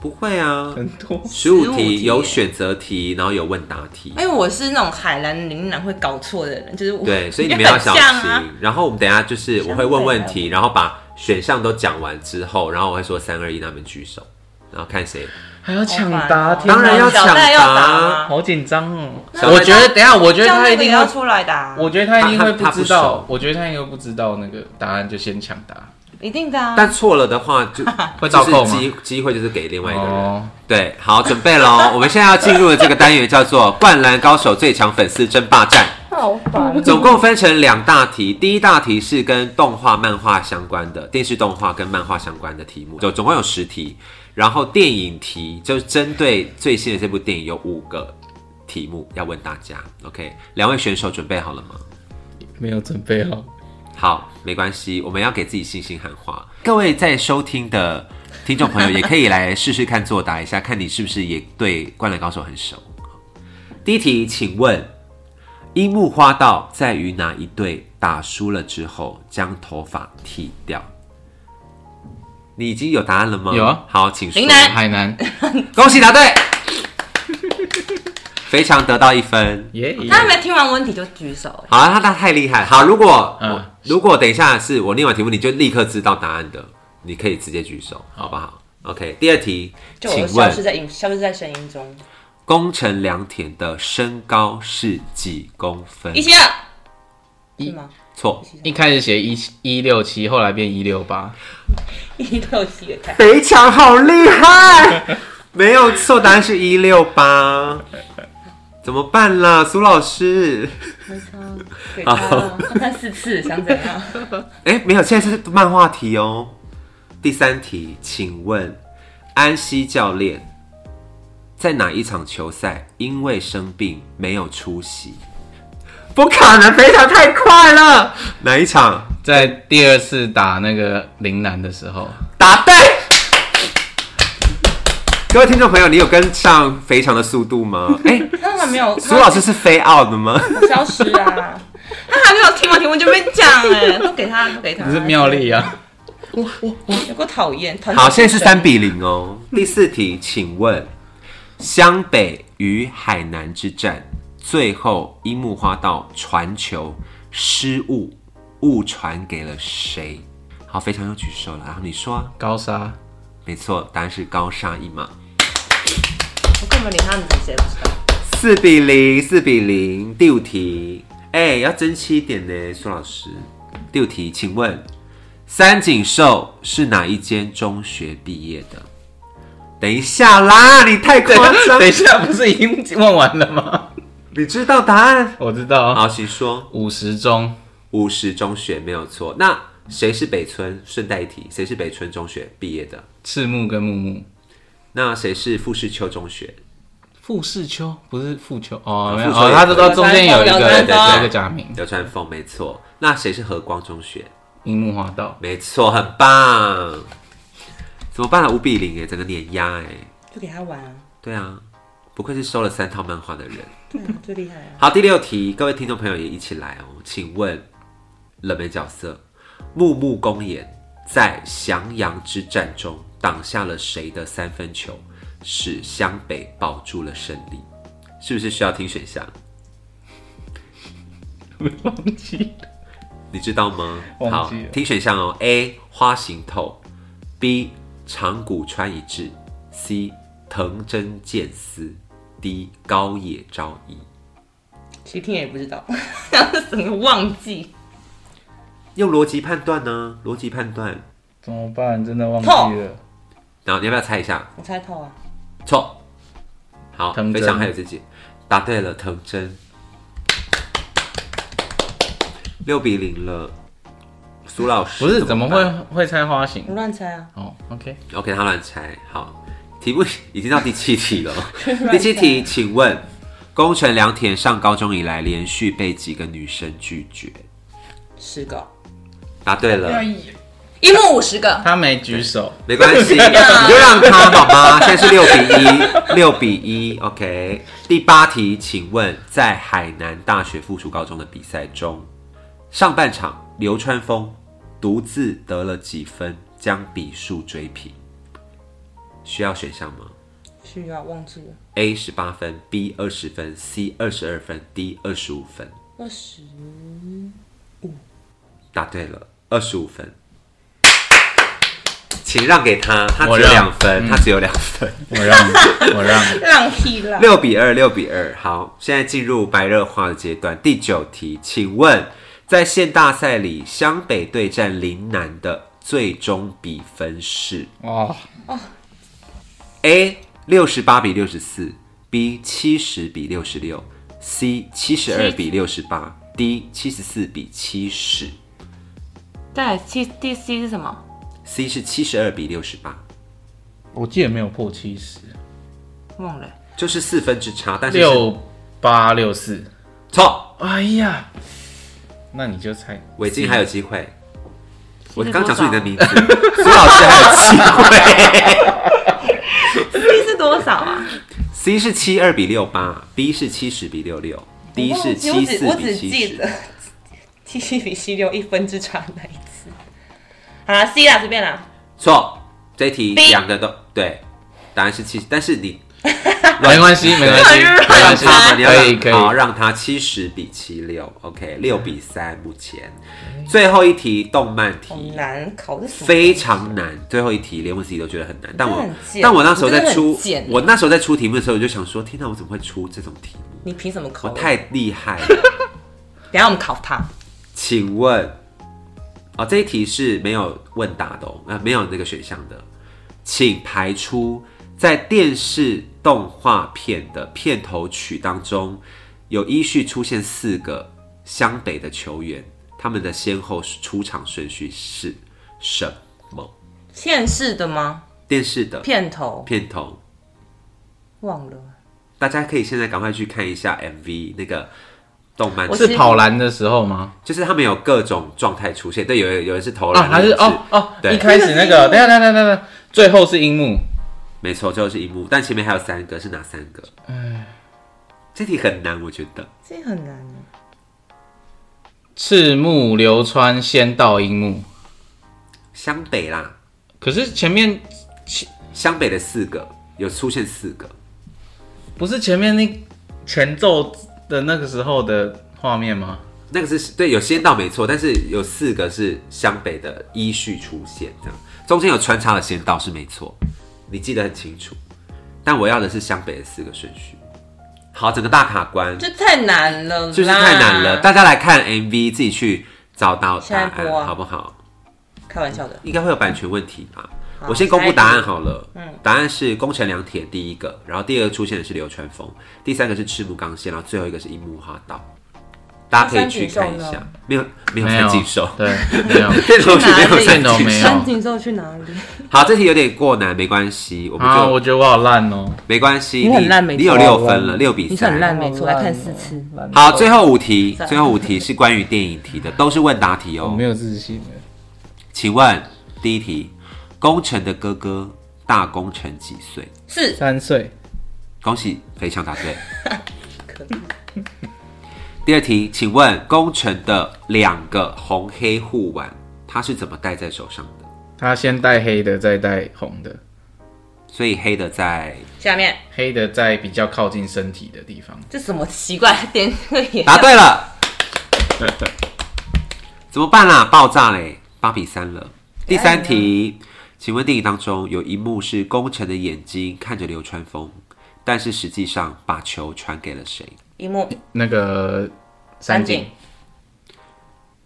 A: 不会啊，
D: 很多。
A: 十五
B: 15
A: 题
B: 题
A: 有选择题，然后有问答题
B: 因。
C: 哎
B: 为我是那种海南岭南会搞错的人，就是我 [LAUGHS]
A: 对，所以你们
B: 因为
A: 要
B: 很
A: 小
B: 像
A: 心。
B: 啊。
A: 然后我们等一下就是我会问问
C: 相
A: 题，然后把选项都讲完之后，然后我会说三二一，他们举手，然后看
C: 哦
A: 谁
D: 还要抢
B: 好
D: 答，
B: 烦哦
D: 天哪
A: 当然要抢
B: 小戴要打
A: 答
B: 吗？
D: 好紧张哦！
A: 小
D: 我
A: 戴
D: 觉得，等一下，我觉
B: 这
D: 得
B: 样
D: 他
B: 那
D: 一
B: 个也
D: 定
B: 要
D: 会，
B: 出来打，
D: 我觉得他一定会
A: 他他他
D: 知
A: 不
D: 道
A: 熟，
D: 我觉得他应该会不知道那个答案就先抢答，
B: 一定的啊。
A: 但错了的话
C: [LAUGHS]
A: 就
D: 会倒
A: 就
D: 扣
A: 是
D: 吗？
A: 机机会就是给另外一个人。
D: 哦，
A: 对，好，准备喽！我们现在要进入的这个单元叫做《 [LAUGHS] 灌篮高手最强粉丝争霸战
C: 好烦》，。
A: 总共分成两大题。第一大题是跟动画、漫画相关的，电视动画跟漫画相关的题目，就总共有十题。然后电影题就是针对最新的这部电影有五个题目要问大家。OK，两位选手准备好了吗？
D: 没有准备好，
A: 好，没关系，我们要给自己信心喊话。各位在收听的听众朋友，也可以来试试看作答一下，看你是不是也对《灌篮高手》很熟。第一题，请问樱木花道在于哪一队打输了之后将头发剃掉？你已经有答案了吗？
D: 有啊
A: 好，请说
B: 林。楠
D: 海南，
A: 恭喜答
D: [LAUGHS]
A: 对，肥强得到一分。
D: 耶！
B: 他还没听完问题就举手欸，
A: 好啊，他他太厉害。好，如果、
D: 嗯
A: 我如果等一下是我念完题目，你就立刻知道答案的，你可以直接举手，好不好？OK，第二题，
B: 就我
A: 请
B: 消失
A: 问
B: 在音，消失在声音中。
A: 宫城良田的身高是几公分
B: 一？七二，
D: 一
B: 是吗？ [LAUGHS]
A: 错，
D: 一开始写一一六七，后来变一六八，
B: 一六七也太
A: 肥强好厉
B: [LAUGHS]
A: 害，没有错，答案是一六八。怎么办啦，苏老师？
B: 没差，给
A: 哦
B: 他啊他看四次，想
A: [LAUGHS]
B: 怎样？
A: 哎、没有，现在是漫画题哦。第三题，请问安西教练在哪一场球赛因为生病没有出席？不可能，非常太快了！哪一场？
D: 在第二次打那个铃兰的时候，
A: 答对！各位听众朋友，你有跟上肥常的速度吗？哎、
B: 他还没有，
A: 苏老师是飞奥的吗？
B: 他消失
A: [LAUGHS]
B: 啊！他还没有听完题目就被讲哎，都给他，都给他。
D: 这是妙，丽啊！
B: 有够讨厌。团队
A: 好，现在是
B: 精神
A: 三比零哦。 [LAUGHS] 第四题，请问湘北与海南之战，最后樱木花道传球失误，误传给了谁？好，非常有举手了，然后你说、啊，
D: 高沙，
A: 没错，答案是高沙一马，
B: 我根本连他们是谁也不知道。
A: 四比零，四比零。第五题，哎、要争气一点呢，苏老师。第五题，请问三井寿是哪一间中学毕业的？等一下啦，你太夸张
D: [LAUGHS] 等一下不是已经问完了吗？
A: 你知道答案？
D: 我知道啊，
A: 好，请说。
D: 五十中
A: 五十中学没有错。那谁是北村？顺带一提，谁是北村中学毕业的？
D: 赤木跟木木，
A: 那谁是富士丘中学？
D: 富士丘不是富丘哦，没有
A: 富丘
D: 哦，
A: 也
D: 他知道中间有一个
B: 有
D: 有
A: 方
B: 三
A: 有三方
D: 一个假名，
A: 流川枫没错。那谁是和光中学？
D: 樱木花道，
A: 没错，很棒。怎么办啊？五比零哎，整个碾压哎。
B: 就给他玩啊，
A: 对啊，不愧是收了三套漫画的人。
B: 对
C: 嗯
B: 啊，最厉害啊！
A: 好，第六题，各位听众朋友也一起来哦。请问冷门角色木木公演在翔阳之战中挡下了谁的三分球，使湘北保住了胜利，是不是需要听选项？
D: [LAUGHS] 忘记
A: 你知道吗？
D: 忘
A: 好
D: 记了，
A: 听选项哦：A. 花形透，B. 长谷川一致，C. 藤真健司，D. 高野昭一。
C: 其实听也不知 [LAUGHS] 道，
B: 什么忘记？
A: 用逻辑判断呢？逻辑判断，
D: 怎么办？真的忘记了。
A: 然后你要不要猜一下？
C: 我猜透啊，
A: 错。好，
D: 藤
A: 非
D: 真
A: 常还有自己，答对了，藤真，六比零了。苏老师
D: 不是怎么
A: 办
D: 会会猜花型
C: 我？乱猜啊，
D: 哦，OK，
A: OK，他乱猜。好，题目 [LAUGHS] 已经到第七题了。哦第七题，请问宫城良田上高中以来连续被几个女生拒绝？
C: 十个，
A: 答对了，
B: 一幕五十个，
D: 他没举手，
A: 没关系，你就让他好吗？现在是六比一，六比一。OK，第八题，请问在海南大学附属高中的比赛中，上半场流川枫独自得了几分，将比数追平？需要选项吗？
C: 需要忘记了
A: A 十八分，B 二十分，C 二十二分，D 二十五分。
C: 二十，
A: 答对了，二十五分。请让给他，他
D: 我
A: 只有
D: 让嗯
A: 两分，他只有两
D: [LAUGHS]
A: 分，
D: 我让，我让，
C: 浪屁啦，
A: 六比二，六比二。好，现在进入白热化的阶段。第九题，请问在县大赛里，湘北对战林南的最终比分是
D: [LAUGHS] 哇，
A: A 六十八比六十四，B 七十比六十六，C 七十二比六十八，D 七十四比七十。
B: 再来七第 C 是什么？
A: C 是七十二比六十八，
D: 我记得没有破七十，
B: 忘了。
A: 就是四分之差，但是是
D: 六八六四。
A: 错，
D: 哎呀，那你就猜
A: 韦静还有机会。我刚讲出你的名
B: 字
A: 字， [LAUGHS] 苏老师还有机会。
B: ，C 是多少啊？
A: C 是七二比六八，B 是七十比六六，D 是七四
C: 我只我
A: 比
C: 只
A: 七
C: 记
A: 十
C: 得。七七比七六一分之差那一次。好啦，C 啦，随便啦，
A: 错，这一题
C: B
A: 两个都对，答案是七，但是你
D: 没关系，
A: [LAUGHS]
D: 没关系，没
A: 让
D: 关系，
A: 他嘛，你要
D: 可以
A: 让
D: 可
A: 好
D: 以。
A: 让他七十比七六，OK，六比三目前。最后一题动漫
C: 好
A: 题
C: 难考这什么？
A: 非常难，最后一题连我自己都觉得很难。但我
C: 真的很贱
A: 但我那时候在
B: 你真的
A: 出
B: 很贱
A: 我那时候在出题目的时候，我就想说，天哪，我怎么会出这种题目？
C: 你凭什么考
A: 我
C: 我？
A: 太厉害了。
C: 等一下我们考他，
A: 请问，哦，这一题是没有问答的哦，呃，没有那个选项的，请排出在电视动画片的片头曲当中有依序出现四个湘北的球员，他们的先后出场顺序是什么？
C: 现世的吗？
A: 电视的
C: 片头
A: 片头，
C: 忘了，
A: 大家可以现在赶快去看一下 MV 那个动漫，
B: 我
D: 是跑篮的时候吗？
A: 就是他们有各种状态出现，对，有有人是投
D: 啊，
A: 篮，
D: 还
A: 有
D: 是
A: 人
D: 哦哦，
A: 对
D: 一开始那个，等一下等一下等一下等一下，最后是樱木，
A: 没错，最后是一幕，但前面还有三个，是哪三个？这题很难，我觉得。
C: 这很难耶。
D: 赤木流川先到樱木，
A: 湘北啦，
D: 可是前面
A: 湘北的四个有出现四个，
D: 不是前面那前奏的那个时候的画面吗？
A: 那个是对有先到没错，但是有四个是湘北的依序出现，这样中间有穿插了先到是没错，你记得很清楚。但我要的是湘北的四个顺序。好，整个大卡关
B: 这太难了，
A: 就是太难
B: 嗯
A: 了，。大家来看 MV，自己去找到答
C: 现在播
A: 案，
C: 啊
A: 好不好？
C: 开玩笑的，
A: 应该会有版权问题吧？
C: 好
A: 我先公布答
C: 啊下
A: 案
C: 一题
A: 好了。嗯，答案是宫城良铁第一个，然后第二个出现的是流川枫，第三个是赤木刚宪，然后最后一个是樱木花道。大家可以去看一
C: 三井寿
A: 下
C: 呢，
A: 没有没有
D: 没
A: 三
D: 有
A: 井寿，
D: 对，
A: [LAUGHS]
D: 没有。
A: 片头曲没有三
B: 去哪里
D: 片头
A: 井
D: 没
A: 寿。
D: 有
C: 三井寿去哪里？
A: 好，这题有点过难，没关系，我们
D: 啊，
A: 就
D: 我觉得我好烂哦、
A: 没关系。
B: 你很烂没
A: 你有
B: 错
A: 六分了，六比
B: 你是很
A: 三。
B: 烂，没错，来看四次。
A: 好，最后五题，最后五题是关于电影题的，都是问答题哦。
D: 我没有自信了。
A: 请问第一题，宫城的哥哥大宫城几岁？
B: 是
D: 三岁，
A: 恭喜非常答对。第二题，请问工程的两个红黑护腕，它是怎么戴在手上的？
D: 他先带黑的，再带红的，
A: 所以黑的在
C: 下面
D: 黑的在比较靠近身体的地
A: [LAUGHS]
D: 方。
B: 这什么奇怪的电视也
A: 答对了，怎么办啦、爆炸嘞，
B: 哎
A: 八比三了。第三题，请问电影当中有一幕是宫城的眼睛看着流川枫，但是实际上把球传给了谁？
C: 一幕
D: 那个三井，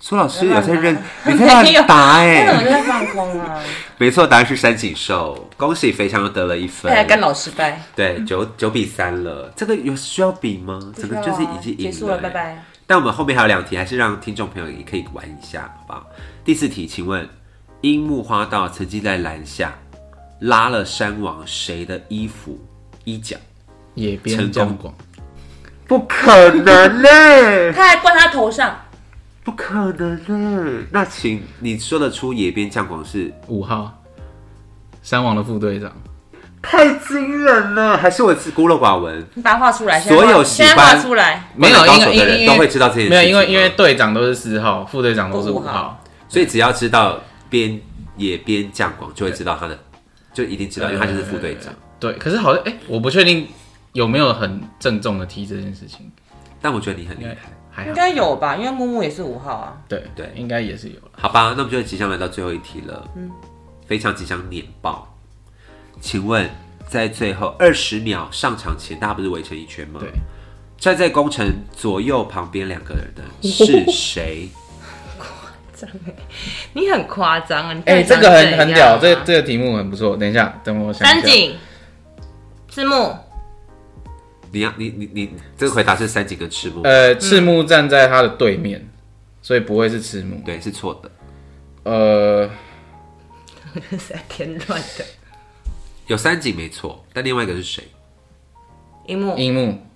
A: 苏老师有在认，
B: [LAUGHS] 没
A: 你
B: 有
A: 在乱答
C: 那
A: 哎、
C: 怎么就在放空啊？
A: 没错，答案是三井寿，恭喜肥强又得了一分
C: 大，家
B: 哎
C: 哎干扰失败，
A: 对，
D: 嗯
A: 九九比三了，这个有需要比吗？整个就是
D: 啊
A: 已经赢
C: 啊结束了，
A: 哎
C: 拜拜。
A: 但我们后面还有两题，还是让听众朋友也可以玩一下，好不好？第四题，请问樱木花道曾经在篮下拉了山王谁的衣服衣角？
D: 野边
A: 成
D: 将
A: 功
D: 广，
A: 不可能嘞、
C: 他还灌他头上，
A: [LAUGHS] 不可能嘞、那请你说得出野边酱广是
D: 五号，三王的副队长，
A: 太惊人了，还是我是孤陋寡闻？
C: 你把它画出来。现在
A: 所有
C: 画
A: 喜
C: 现
A: 欢
C: 在画出来，
D: 没有，
A: 灌篮
D: 因
A: 高手
D: 为因
A: 的
D: 为
A: 人都会知道这件事情啊吗。
D: 没有，因为因为队长都是四号，副队长都是
C: 都
D: 五
C: 五号
D: 号，
A: 所以只要知道边野边酱广，就会知道他的，就一定知啊道，因为他就是副队长。
D: 对，可是好像哎、我不确定有没有很郑重的提这件事情，
A: 但我觉得你很厉
D: 应该
A: 害。
D: 还
C: 应
D: 好，
C: 该有吧？因为木木也是五号啊。
D: 对
A: 对
D: 应该也是有了。
A: 好吧，那我们就即将来到最后一题了。嗯，非常即将碾爆。请问，在最后二十秒上场前，大家不是围成一圈吗？
D: 对，
A: 站在工程左右旁边两个人的是谁？
B: 你很夸张啊！你到
D: 哎、
B: 底
D: 这
B: 想
D: 个很
B: 怎
D: 很
B: 样
D: 屌，
B: 啊
D: 这这个题目很不错。等一下，等我想一
C: 三
D: 下。
C: 井，赤木，
A: 你要 [LAUGHS] 你你你，这个回答是三井跟赤木，
D: 呃，赤木站在他的对面，所以不会是赤木。
A: 对，是错的。
D: 呃，
B: 这是在添乱的。
A: 有三井没错，但另外一个是谁？ [LAUGHS]
C: 一幕
D: 樱木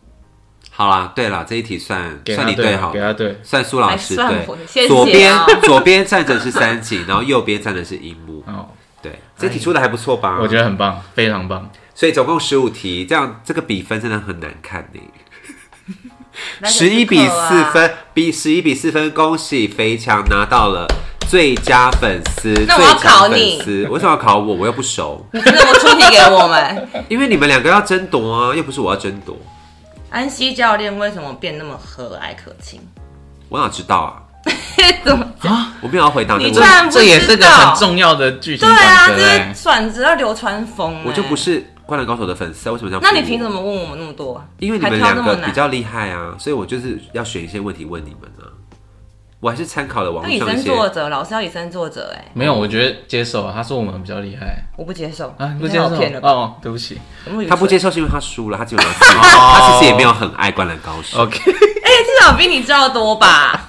A: 好啦，对啦，这一题算
D: 给
A: 算
D: 他
A: 你
D: 对
A: 好了，
D: 给他对。
A: 算苏老师
B: 还算我谢
A: 对，
B: 谢
A: 左边
B: 啊
A: 左边站着是三井，然后右边站着是樱木，
D: 哦，
A: 对，这题出的还不错吧？
D: 哎我觉得很棒，非常棒。
A: 所以总共十五题，这样这个比分真的很难看呢。
C: 那个是
A: 十一比
C: 克啊
A: 四分，比十一比四分，恭喜肥强拿到了最佳粉丝、最
B: 那我要
A: 强
B: 考
A: 粉
B: 你
A: 丝。为什么要考我？我又不熟，
B: [LAUGHS] 你怎么出题给我们？
A: 因为你们两个要争夺啊，又不是我要争夺，
C: 安西教练为什么变那么和蔼可
A: [LAUGHS]
C: 亲？
A: 我哪知道啊？
B: 怎么？
A: 我没有要回答这个问
B: 你
A: 题，
B: 看不知道
D: 这也是个很重要的剧情
B: 对啊，
D: 转
B: 这
D: 折、哎
B: 是转职到流川枫、欸。
A: 我就不。是《灌篮高手》的粉丝啊，为什么这样？
B: 那你凭什？么问我们那么多啊？
A: 因为你们
B: 还挑
A: 两
B: 那么
A: 个比
B: 难。
A: 较厉害啊，所以我就是要选一些问题问你们啊。我还是参考了网
B: 要
A: 络
B: 以
A: 上一
B: 身
A: 些，
B: 作则，老师要以身作则、哎，
D: 没有，我觉得接受。啊他说我们比较厉害
B: 我不接受
D: 啊，
B: 你
D: 不
B: 太
D: 接
B: 好
D: 受
B: 骗了吧？
D: 哦，对不起。
A: 他不接
B: 受，
A: 受是因为他输了，他基本上
B: 哦
A: 他其实也没有很爱《灌篮高手》。
D: OK，
B: 哎、至少比你知道多
A: [LAUGHS]
B: 吧？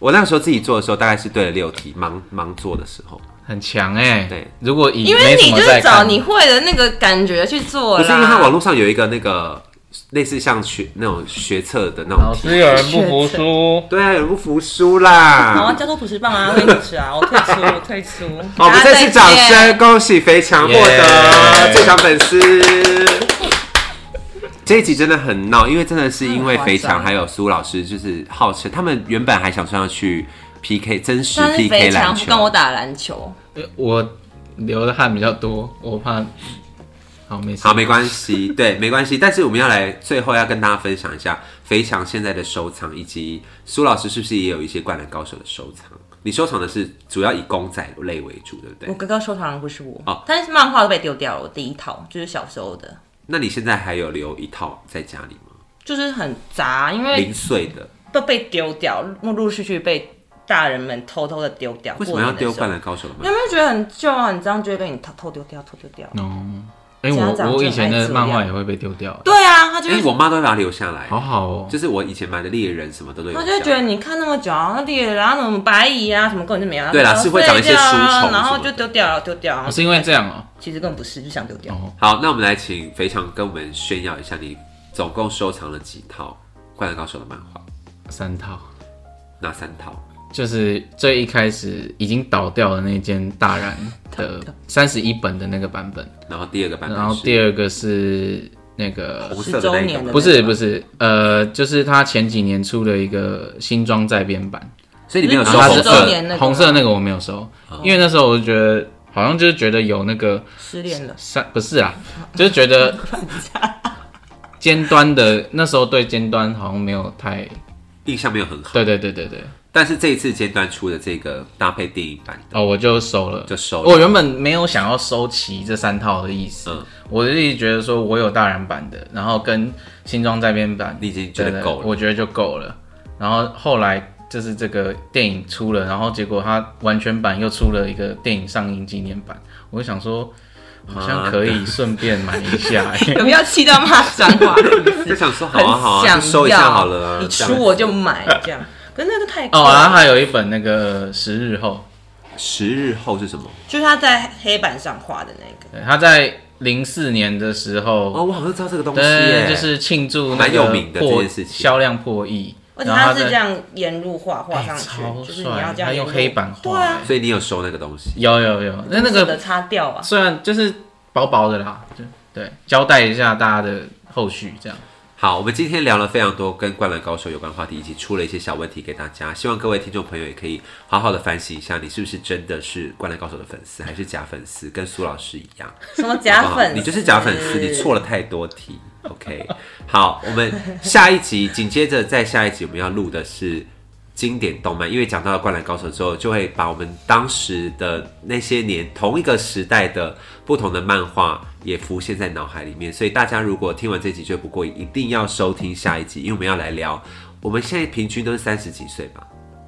A: 我那个时候自己做的时候，大概是对了六题，盲盲做的时候，
D: [LAUGHS] 很强哎、
A: 对，
D: 如果以
B: 因为
D: 没什
B: 你
D: 么
B: 就
D: 在
B: 是找
D: 看
B: 你会的那个感觉去做
A: 不
B: 啦。
A: 是因为他网络上有一个那个类似像学那种学测的那种
D: 老
A: 题，
D: 师有人不服输，
A: 对啊，有人不服输
C: 好啊，
A: 啦。
C: 加多土石棒啊，我也吃啊，我退出，我退
A: [LAUGHS]
C: 出。
A: 好，我们哦再次掌
B: 大家再
A: 声，恭喜肥强获得
D: Yeah
A: 最强粉丝。这一集真的很闹，因为真的是因为肥强还有苏老师，就是号称他们原本还想说要去 PK 真实
B: 但是
A: PK
B: 肥强
A: 篮
B: 不
A: 球，
B: 跟我打篮球，
D: 我流的汗比较多，我怕。好，没事。
A: 好，没关系，对，没关系。但是我们要来最后要跟大家分享一下肥强现在的收藏，以及苏老师是不是也有一些灌篮高手的收藏？你收藏的是主要以公仔类为主，对不
B: 我
A: 对？
B: 哥哥收藏的不是我，
A: 哦
B: 但是漫画都被丢掉了。我第一套就是小时候的，
A: 那你现在还有留一套在家里吗？
B: 就是很杂，因为
A: 零碎的，
B: 都被丢掉，陆陆续续被大人们偷偷的丢掉。
A: 为什么要丢
B: 过年的时候
A: 灌篮高手的
B: 你
A: 漫
B: 有没有觉得很旧啊？很脏，就会跟你偷偷丢掉，偷丢掉。
D: 哦，哎、
B: 家长
D: 我我
B: 就
D: 以前
B: 爱
D: 的
B: 这
D: 漫画
B: 样
D: 也会被丢掉，
B: 对啊，他
A: 画？因
B: 就会
A: 哎为我妈都会把它留下来，
D: 好好哦。
A: 就是我以前买的猎人什么的都有
B: 他
A: 留
B: 就
A: 下来。
B: 会觉得你看那么久，然后裂了，然后什么白蚁啊，什么根本就没有。
A: 对啦
B: 然后
A: 是会长一些
B: 碎掉
A: 书虫
B: 啊
A: 什么的
B: 然后就丢掉了，丢掉
D: 我
B: 了。
D: 是因为这样哦、
B: 其实根本不是，就想丢掉。
D: 哦，
A: 好，那我们来请肥强跟我们炫耀一下，你总共收藏了几套灌篮高手的漫画？
D: 三套，
A: 哪三套？
D: 就是最一开始已经倒掉的那间大然
B: [LAUGHS]
D: 的三十一本的那个版本，
A: 然后第二个版本是，
D: 然后第二个是那个
A: 红
B: 十
A: 色的
B: 周
A: 那
B: 年
A: 个
B: 的
A: 吗
D: 不是
B: 那个
D: 不是，呃，就是他前几年出了一个新装再编版，
A: 所以你没有
D: 然
A: 收
B: 他
D: 后它
A: 红
D: 是
B: 周
A: 色哦
B: 年那
D: 二
B: 个吗
D: 红色那个我没有收，因为那时候我就觉得好像就是觉得有那个
B: 失恋了， [LAUGHS]
D: 三不是啊， [LAUGHS] 就是觉得尖端的那时候对尖端好像没有太
A: 印象没有很好。
D: 对对对对对
A: 但是这一次尖端出的这个搭配电影版的，
D: 哦，我就收了，
A: 就收了
D: 我原本没有想要收齐这三套的意思，
A: 嗯
D: 我自己觉得说我有大人版的，然后跟新装再编版，
A: 你已经觉得
D: 对对
A: 够了
D: 我觉得就够了。然后后来就是这个电影出了，然后结果它完全版又出了一个电影上映纪念版，我就想说好像可以顺便买一
A: [LAUGHS]
D: 下、欸
B: 有没有气到骂脏话？
A: 就想说好啊好
B: 很
A: 啊，
B: 想
A: 就收一下好了、啊。
B: 你
A: 这
B: 出
A: 样
B: 我就买这样。可是那个太
D: 哦，然后
B: 了，
D: 还有一本那个十日后，
A: 十日后是什么？
B: 就是他在黑板上画的那个，
D: 对他在零四年的时候，
A: 哦，我好像知道这个东西耶
D: 对，就是庆祝那
A: 蛮
D: 个
A: 有名的这
D: 破
A: 件事情
D: 销量破亿，
B: 而且
D: 然后
B: 他是
D: 在
B: 这样沿路画画
D: 哎
B: 上去，
D: 超
B: 就是你要
D: 帅，
B: 这
D: 他
B: 样沿
D: 用
B: 路
D: 黑板画，
B: 对啊
D: 哎
A: 所以你有收那个东西？
D: 有有有，那那
B: 不舍得
D: 个
B: 擦掉啊，
D: 虽然就是薄薄的啦，就对，交代一下大家的后续这样。
A: 好，我们今天聊了非常多跟《灌篮高手》有关的话题，以及出了一些小问题给大家。希望各位听众朋友也可以好好的反省一下，你是不是真的是《灌篮高手》的粉丝，还是假粉丝？跟苏老师一样，
B: 什么
A: 好
B: 假
A: 不好
B: 粉丝，
A: 你就是假粉丝，你错了太多题。OK，好，我们下一集紧接着再下一集我们要录的是经典动漫，因为讲到了《灌篮高手》之后，就会把我们当时的那些年同一个时代的不同的漫画也浮现在脑海里面。所以大家如果听完这集觉得不过瘾，一定要收听下一集，因为我们要来聊。我们现在平均都是三十几岁吧，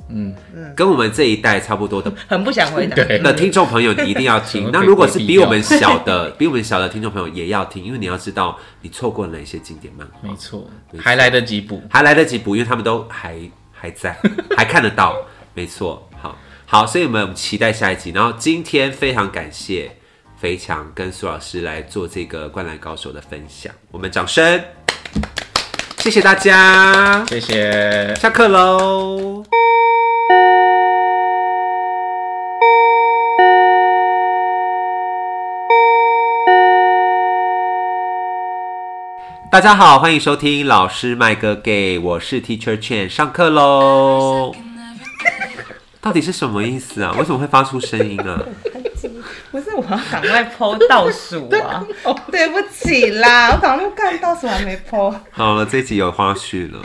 A: 嗯，跟我们这一代差不多的
B: 很不想回答。
D: 对
A: 那听众朋友，你一定要听
D: 哎么。
A: 那
D: 鬼
A: 如果是
D: 鬼
A: 比
D: 逼
A: 我
D: 调
A: 们小的， [LAUGHS] 比我们小的听众朋友也要听，因为你要知道，你错过了哪些经典漫画，
D: 没错，还来得及补。
A: 还来得及补，因为他们都还还在， [LAUGHS] 还看得到。没错，好好，所以我们期待下一集。然后今天非常感谢肥强跟苏老师来做这个《灌篮高手》的分享，我们掌声，谢谢大家，
D: 谢谢。
A: 下课喽。大家好，欢迎收听老师麦哥给，我是 Teacher Chen，上课喽。到底是什么意思啊？为什么会发出声音啊？
B: 不是，我要赶快剖倒数
A: [LAUGHS]
B: 啊！ [LAUGHS] 对不起啦，我赶快看倒数还没剖。
A: 好了，这集有花絮了。